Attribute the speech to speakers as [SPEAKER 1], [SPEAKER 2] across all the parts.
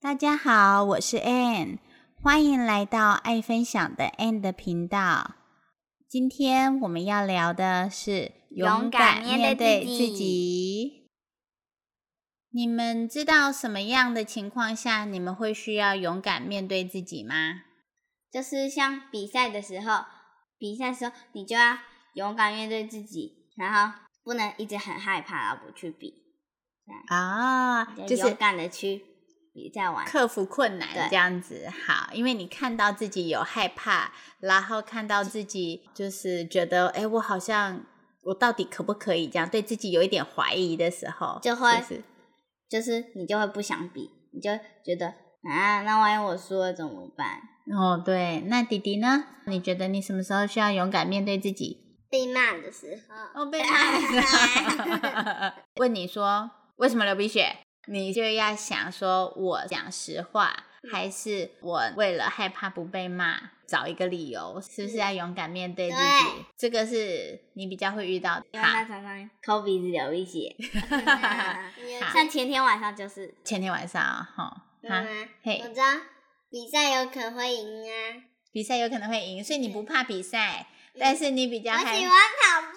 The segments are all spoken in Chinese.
[SPEAKER 1] 大家好，我是 Ann，欢迎来到爱分享的 Ann 的频道。今天我们要聊的是
[SPEAKER 2] 勇敢面对
[SPEAKER 1] 对
[SPEAKER 2] 自己
[SPEAKER 1] 己。你们知道什么样的情况下你们会需要勇敢面对自己吗？
[SPEAKER 2] 就是像比赛的时候，比赛的时候你就要勇敢面对自己，然后不能一直很害怕，然后不去比，
[SPEAKER 1] 啊、
[SPEAKER 2] 你
[SPEAKER 1] 就
[SPEAKER 2] 就勇
[SPEAKER 1] 是
[SPEAKER 2] 敢的去比赛玩。
[SPEAKER 1] 克服困难
[SPEAKER 2] 对
[SPEAKER 1] 这样子。好，因为你看到自己有害怕，然后看到自己就是觉得，哎，我好像我到底可不可以这样，对自己有一点怀疑的时候，
[SPEAKER 2] 就会
[SPEAKER 1] 是不是
[SPEAKER 2] 就是你就会不想比，你就觉得啊，那万一我输了怎么办？
[SPEAKER 1] 哦，对，那弟弟呢？你觉得你什么时候需要勇敢面对自己？
[SPEAKER 2] 被骂的时候，
[SPEAKER 1] 哦，被 骂。 问你说为什么流鼻血，你就要想说我讲实话，
[SPEAKER 2] 嗯
[SPEAKER 1] 还是我为了害怕不被骂找一个理由？是不是要勇敢面对自己
[SPEAKER 2] 嗯对？
[SPEAKER 1] 这个是你比较会遇到的。
[SPEAKER 2] 因为
[SPEAKER 1] 好，
[SPEAKER 2] 他常常抠鼻子流鼻血。
[SPEAKER 1] 好
[SPEAKER 2] 像前天晚上就是，
[SPEAKER 1] 前天晚上啊哈、
[SPEAKER 3] 妈
[SPEAKER 1] 哈，
[SPEAKER 3] 妈，
[SPEAKER 1] 嘿
[SPEAKER 3] 嗯
[SPEAKER 2] 嗯
[SPEAKER 3] 我知道比赛有可能会赢啊，
[SPEAKER 1] 比赛有可能会赢，所以你不怕比赛，
[SPEAKER 2] 嗯
[SPEAKER 1] 但是你比较
[SPEAKER 3] 我
[SPEAKER 1] 害
[SPEAKER 3] 喜欢跑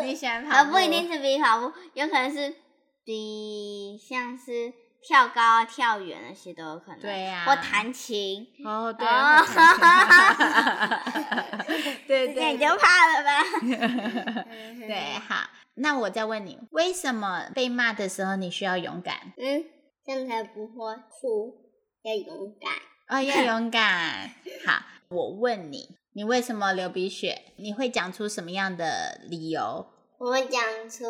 [SPEAKER 3] 步。
[SPEAKER 1] 你喜 欢跑
[SPEAKER 2] 而
[SPEAKER 1] 步，
[SPEAKER 2] 啊不一定是比跑步，有可能是比像是跳高啊、跳远那些都有可能。
[SPEAKER 1] 对啊呀
[SPEAKER 2] 或弹琴，
[SPEAKER 1] 哦，对，
[SPEAKER 2] 哦
[SPEAKER 1] 会 弹琴 对
[SPEAKER 2] 这
[SPEAKER 1] 对
[SPEAKER 2] 你就怕了吧？ 嗯
[SPEAKER 1] 对对，好。那我再问你，为什么被骂的时候你需要勇敢？
[SPEAKER 3] 嗯，这样才不会哭，要勇敢。
[SPEAKER 1] 哦，要勇敢。好，我问你，你为什么流鼻血？你会讲出什么样的理由？
[SPEAKER 3] 我会讲出，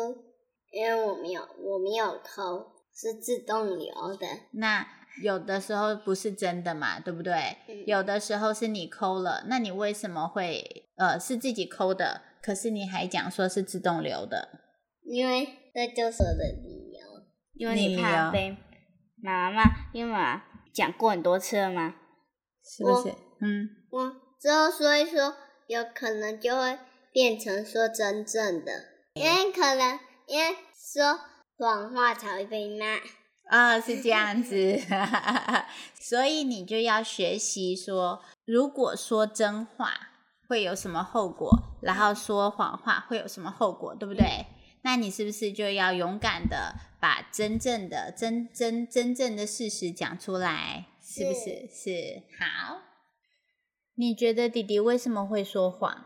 [SPEAKER 3] 因为我没有，我没有抠，是自动流的。
[SPEAKER 1] 那有的时候不是真的嘛，对不对？有的时候是你抠了，那你为什么会呃是自己抠的？可是你还讲说是自动流的？
[SPEAKER 3] 因为这就是我的理由。
[SPEAKER 2] 因为你
[SPEAKER 1] 你
[SPEAKER 2] 怕
[SPEAKER 1] 哦
[SPEAKER 2] 被妈妈骂，因为妈妈讲过很多次了嘛。
[SPEAKER 1] 是不是？嗯，
[SPEAKER 3] 我之后说一说，有可能就会变成说真正的，因为可能因为说谎话才会被骂。
[SPEAKER 1] 啊、是这样子， 所以你就要学习说，如果说真话会有什么后果，然后说谎话会有什么后果，对不对？那你是不是就要勇敢的把真正的、真真真正的事实讲出来？是不是？是好。你觉得弟弟为什么会说谎？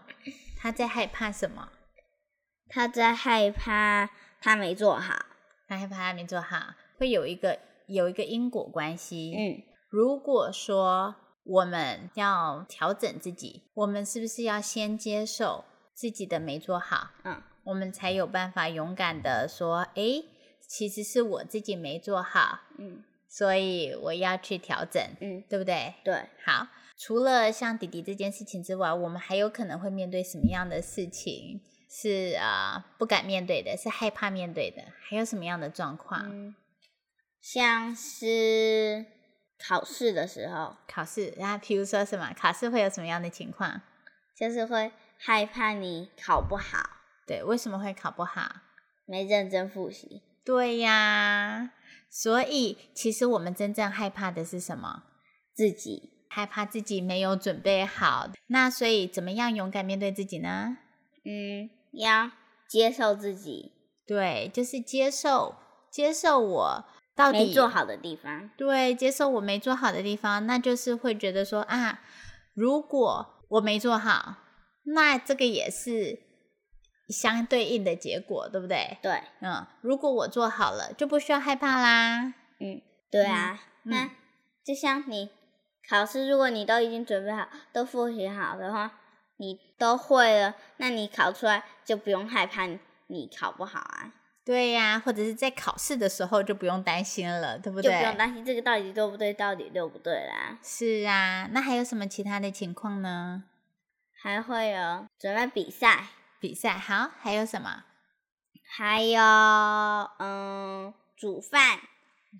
[SPEAKER 1] 他在害怕什么？
[SPEAKER 2] 他在害怕他没做好。
[SPEAKER 1] 他害怕他没做好，会有一个有一个因果关系。
[SPEAKER 2] 嗯，
[SPEAKER 1] 如果说我们要调整自己，我们是不是要先接受自己的没做好？
[SPEAKER 2] 嗯，
[SPEAKER 1] 我们才有办法勇敢的说，诶，其实是我自己没做好，
[SPEAKER 2] 嗯
[SPEAKER 1] 所以我要去调整，
[SPEAKER 2] 嗯，
[SPEAKER 1] 对不对？
[SPEAKER 2] 对，
[SPEAKER 1] 好，除了像弟弟这件事情之外，我们还有可能会面对什么样的事情？是啊、呃不敢面对的，是害怕面对的，还有什么样的状况？
[SPEAKER 2] 嗯，像是考试的时候，
[SPEAKER 1] 考试啊，比如说什么考试会有什么样的情况？
[SPEAKER 2] 就是会害怕你考不好，
[SPEAKER 1] 对，为什么会考不好？
[SPEAKER 2] 没认真复习。
[SPEAKER 1] 对呀，所以其实我们真正害怕的是什么？
[SPEAKER 2] 自己
[SPEAKER 1] 害怕自己没有准备好。那所以怎么样勇敢面对自己呢？
[SPEAKER 2] 嗯，要接受自己
[SPEAKER 1] 对，就是接受，接受我到底
[SPEAKER 2] 没做。好的地方。
[SPEAKER 1] 对，接受我没做好的地方，那就是会觉得说啊，如果我没做好，那这个也是相对应的结果，对不对？
[SPEAKER 2] 对，
[SPEAKER 1] 嗯，如果我做好了，就不需要害怕啦。
[SPEAKER 2] 对啊，
[SPEAKER 1] 嗯
[SPEAKER 2] 那就像你考试，如果你都已经准备好，都复习好的话，你都会了，那你考出来就不用害怕你你考不好啊，
[SPEAKER 1] 对呀、或者是在考试的时候就不用担心了，对不
[SPEAKER 2] 就
[SPEAKER 1] 对？
[SPEAKER 2] 不用担心这个到底对不对，到底对不对啦。
[SPEAKER 1] 是啊，那还有什么其他的情况呢？
[SPEAKER 2] 还会有准备比赛，
[SPEAKER 1] 比赛好，还有什么？
[SPEAKER 2] 还有嗯煮饭，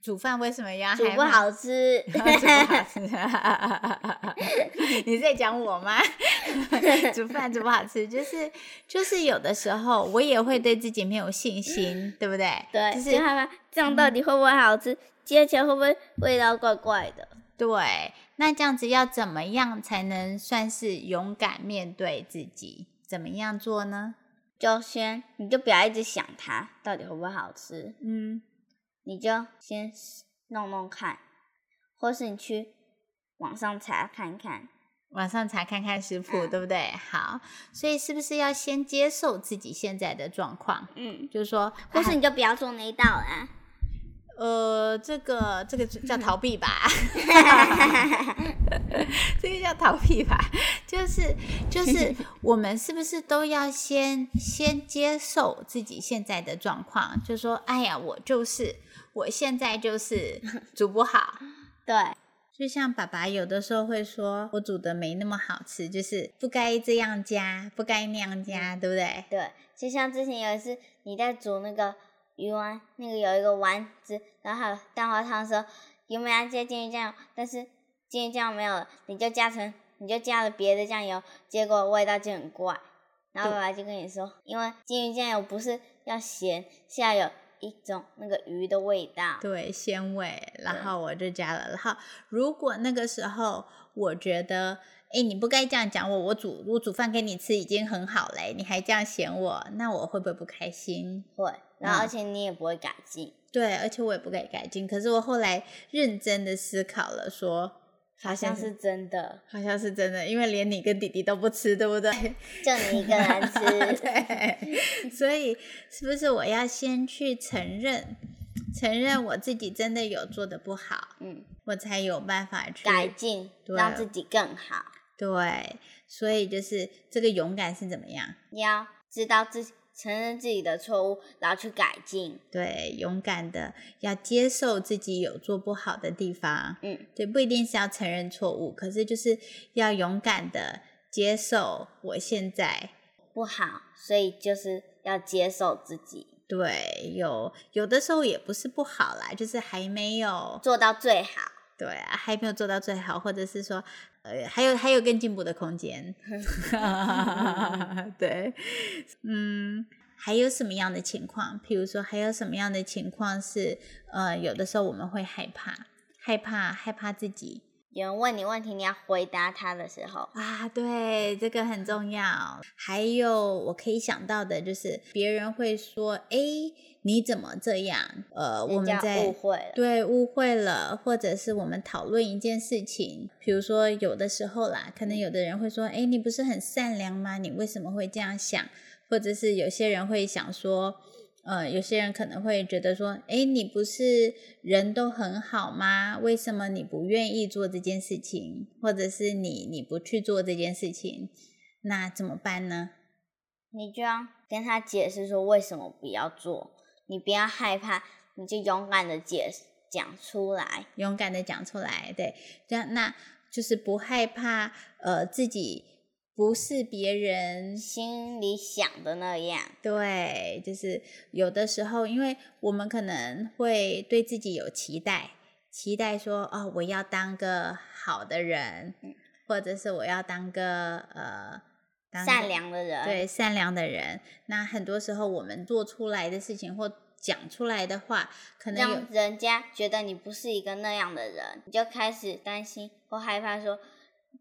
[SPEAKER 1] 煮饭为什么要
[SPEAKER 2] 煮
[SPEAKER 1] 害
[SPEAKER 2] 不
[SPEAKER 1] 怕？
[SPEAKER 2] 好吃，
[SPEAKER 1] 煮不好吃， 你在讲我吗？ 煮饭煮不好吃，就是就是有的时候我也会对自己没有信心，对不对？
[SPEAKER 2] 对，
[SPEAKER 1] 就嗯
[SPEAKER 2] 就是害怕这样到底会不会好吃？接起来会不会味道怪怪的？
[SPEAKER 1] 对，那这样子要怎么样才能算是勇敢面对自己？怎么样做呢？
[SPEAKER 2] 就先你就不要一直想它到底会不会好吃，
[SPEAKER 1] 嗯，
[SPEAKER 2] 你就先弄弄看，或是你去网上查看看。
[SPEAKER 1] 网上查看看食谱，
[SPEAKER 2] 嗯
[SPEAKER 1] 对不对？好，所以是不是要先接受自己现在的状况？
[SPEAKER 2] 嗯，
[SPEAKER 1] 就是说，
[SPEAKER 2] 或
[SPEAKER 1] 啊
[SPEAKER 2] 是你就不要做那一道啦。
[SPEAKER 1] 呃，这个这个叫逃避吧，这个叫逃避吧，就是就是我们是不是都要先先接受自己现在的状况？就说，哎呀，我就是我现在就是煮不好，
[SPEAKER 2] 对，
[SPEAKER 1] 就像爸爸有的时候会说，我煮的没那么好吃，就是不该这样加，不该那样加，对不对？
[SPEAKER 2] 对，就像之前有一次你在煮那个鱼丸，那个有一个丸子，然后还有蛋花汤的时候，原本要加金鱼酱油，但是金鱼酱油没有了，你就加成你就加了别的酱油，结果味道就很怪。然后
[SPEAKER 1] 对
[SPEAKER 2] 爸爸就跟你说，因为金鱼酱油不是要咸，是要有一种那个鱼的味道。
[SPEAKER 1] 对，鲜味，然
[SPEAKER 2] 对
[SPEAKER 1] 后我就加了。然后如果那个时候我觉得，哎，你不该这样讲我，我煮我煮饭给你吃已经很好嘞，你还这样嫌我，那我会不会不开心？
[SPEAKER 2] 会，然后而
[SPEAKER 1] 嗯
[SPEAKER 2] 且你也不会改进。
[SPEAKER 1] 对，而且我也不该改进。可是我后来认真的思考了说，
[SPEAKER 2] 好
[SPEAKER 1] 嗯
[SPEAKER 2] 像是真的，
[SPEAKER 1] 好像是真的，因为连你跟弟弟都不吃，对不对？
[SPEAKER 2] 就你一个人吃，
[SPEAKER 1] 对，所以是不是我要先去承认，承认我自己真的有做的不好，
[SPEAKER 2] 嗯，
[SPEAKER 1] 我才有办法去
[SPEAKER 2] 改进，
[SPEAKER 1] 对啊
[SPEAKER 2] 让自己更好。
[SPEAKER 1] 对，所以就是这个勇敢是怎么样？
[SPEAKER 2] 你要知道自己承认自己的错误，然后去改进。
[SPEAKER 1] 对，勇敢的要接受自己有做不好的地方，
[SPEAKER 2] 嗯，
[SPEAKER 1] 对，不一定是要承认错误，可是就是要勇敢的接受我现在
[SPEAKER 2] 不好，所以就是要接受自己，
[SPEAKER 1] 对有有的时候也不是不好啦，就是还没有
[SPEAKER 2] 做到最好。
[SPEAKER 1] 对啊，还没有做到最好，或者是说，呃，还有还有更进步的空 间。 对，嗯，还有什么样的情况？譬如说，还有什么样的情况是，呃，有的时候我们会害怕，害怕，害怕自己
[SPEAKER 2] 有人问你问题，你要回答他的时候，
[SPEAKER 1] 啊，对，这个很重要。还有我可以想到的就是，别人会说，诶，你怎么这样？呃，我
[SPEAKER 2] 人
[SPEAKER 1] 们
[SPEAKER 2] 家
[SPEAKER 1] 在
[SPEAKER 2] 误会了。
[SPEAKER 1] 对，误会了，或者是我们讨论一件事情，比如说有的时候啦，可能有的人会说，哎，你不是很善良吗？你为什么会这样想？或者是有些人会想说，呃，有些人可能会觉得说，哎，你不是人都很好吗？为什么你不愿意做这件事情，或者是你你不去做这件事情，那怎么办呢？
[SPEAKER 2] 你就要跟他解释说为什么不要做，你不要害怕，你就勇敢的解释讲出来。
[SPEAKER 1] 勇敢的讲出来，对，这样那就是不害怕，呃，自己不是别人，
[SPEAKER 2] 心里想的那样，
[SPEAKER 1] 对，就是有的时候，因为我们可能会对自己有期待，期待说，哦，我要当个好的人，
[SPEAKER 2] 嗯
[SPEAKER 1] 或者是我要当个呃，当个
[SPEAKER 2] 善良的人，
[SPEAKER 1] 对善良的人。那很多时候，我们做出来的事情或讲出来的话，可能有
[SPEAKER 2] 让人家觉得你不是一个那样的人，你就开始担心或害怕说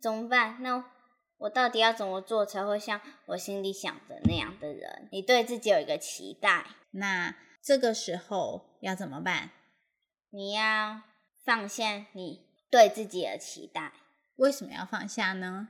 [SPEAKER 2] 怎么办？那我到底要怎么做才会像我心里想的那样的人？你对自己有一个期待，
[SPEAKER 1] 那这个时候要怎么办？
[SPEAKER 2] 你要放下你对自己的期待，
[SPEAKER 1] 为什么要放下呢？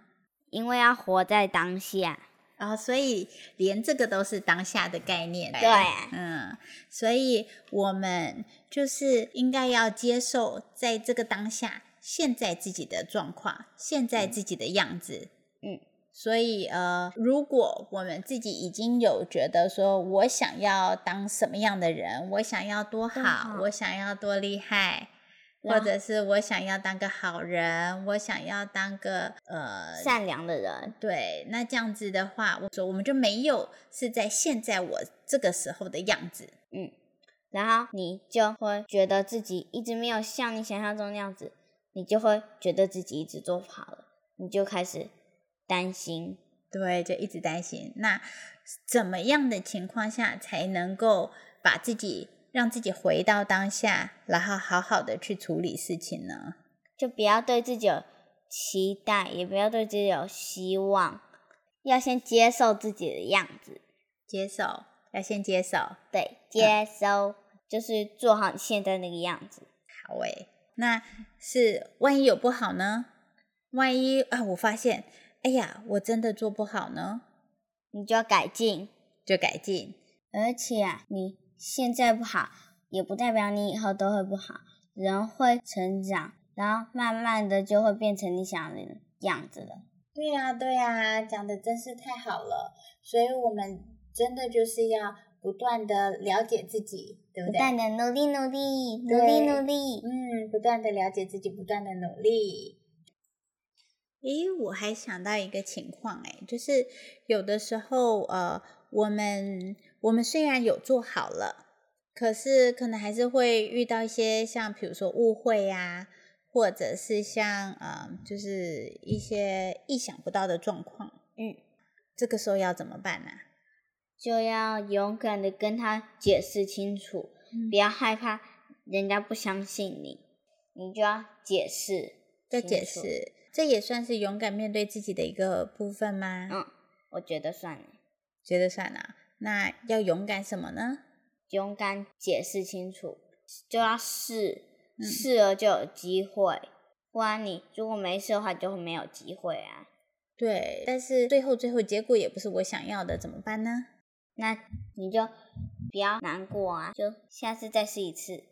[SPEAKER 2] 因为要活在当下。
[SPEAKER 1] 然后，所以连这个都是当下的概念。
[SPEAKER 2] 对啊
[SPEAKER 1] 嗯，所以我们就是应该要接受在这个当下，现在自己的状况，现在自己的样子。
[SPEAKER 2] 嗯，
[SPEAKER 1] 所以呃，如果我们自己已经有觉得说我想要当什么样的人，我想要多好，
[SPEAKER 2] 更好
[SPEAKER 1] 我想要多厉害。或
[SPEAKER 2] 然后
[SPEAKER 1] 者是我想要当个好人，我想要当个呃
[SPEAKER 2] 善良的人，
[SPEAKER 1] 对，那这样子的话，我说我们就没有是在现在我这个时候的样子。
[SPEAKER 2] 然后你就会觉得自己一直没有像你想象中那样子，你就会觉得自己一直做不好了，你就开始担心。
[SPEAKER 1] 对，就一直担心。那怎么样的情况下才能够把自己让自己回到当下，然后好好的去处理事情呢？
[SPEAKER 2] 就不要对自己有期待，也不要对自己有希望，要先接受自己的样子。
[SPEAKER 1] 接受，要先接受。
[SPEAKER 2] 对，接收、就是做好你现在那个样子。
[SPEAKER 1] 好诶，那是万一有不好呢？万一啊，我发现，哎呀，我真的做不好呢，
[SPEAKER 2] 你就要改进。
[SPEAKER 1] 就改进。
[SPEAKER 2] 而且啊，你现在不好，也不代表你以后都会不好。人会成长，然后慢慢的就会变成你想的样子了。
[SPEAKER 1] 对呀、对呀、讲的真是太好了。所以我们真的就是要不断的了解自己，对
[SPEAKER 2] 不
[SPEAKER 1] 不对？
[SPEAKER 2] 断的努力努力，努力
[SPEAKER 1] 对
[SPEAKER 2] 努力。
[SPEAKER 1] 嗯，不断的了解自己，不断的努力。诶，我还想到一个情况，诶，就是有的时候，呃，我们我们虽然有做好了，可是可能还是会遇到一些像比如说误会呀、或者是像呃，就是一些意想不到的状况。
[SPEAKER 2] 嗯，
[SPEAKER 1] 这个时候要怎么办啊呢、
[SPEAKER 2] 就要勇敢的跟他解释清楚，
[SPEAKER 1] 嗯
[SPEAKER 2] 不要害怕人家不相信你，你就要解释。
[SPEAKER 1] 要
[SPEAKER 2] 清
[SPEAKER 1] 解
[SPEAKER 2] 楚
[SPEAKER 1] 释，这也算是勇敢面对自己的一个部分吗？
[SPEAKER 2] 嗯，我觉得算了，
[SPEAKER 1] 觉得算了。那要勇敢什么呢？
[SPEAKER 2] 勇敢解释清楚，就要试，
[SPEAKER 1] 嗯
[SPEAKER 2] 试了就有机会，不然你如果没试的话，就会没有机会啊。
[SPEAKER 1] 对，但是最后最后结果也不是我想要的，怎么办呢？
[SPEAKER 2] 那你就不要难过啊，就下次再试一次。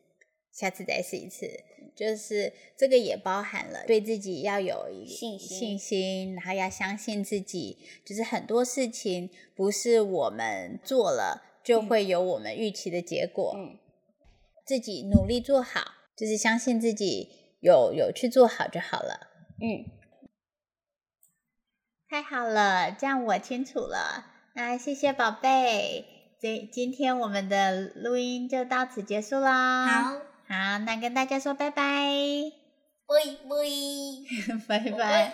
[SPEAKER 1] 下次再试一次，就是这个也包含了对自己要有一
[SPEAKER 2] 信心
[SPEAKER 1] 信心，然后要相信自己，就是很多事情不是我们做了就
[SPEAKER 2] 嗯
[SPEAKER 1] 会有我们预期的结果，
[SPEAKER 2] 嗯，
[SPEAKER 1] 自己努力做好，就是相信自己有有去做好就好了。
[SPEAKER 2] 嗯，
[SPEAKER 1] 太好了，这样我清楚了。那谢谢宝贝，这今天我们的录音就到此结束啦。
[SPEAKER 2] 好，，
[SPEAKER 1] 好，那跟大家说拜拜，
[SPEAKER 2] 不不，
[SPEAKER 1] 拜拜，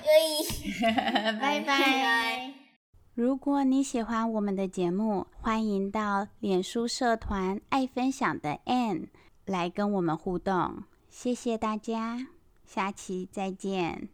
[SPEAKER 1] 拜拜。
[SPEAKER 4] 如果你喜欢我们的节目，欢迎到脸书社团“爱分享的 Ann” 来跟我们互动。谢谢大家，下期再见。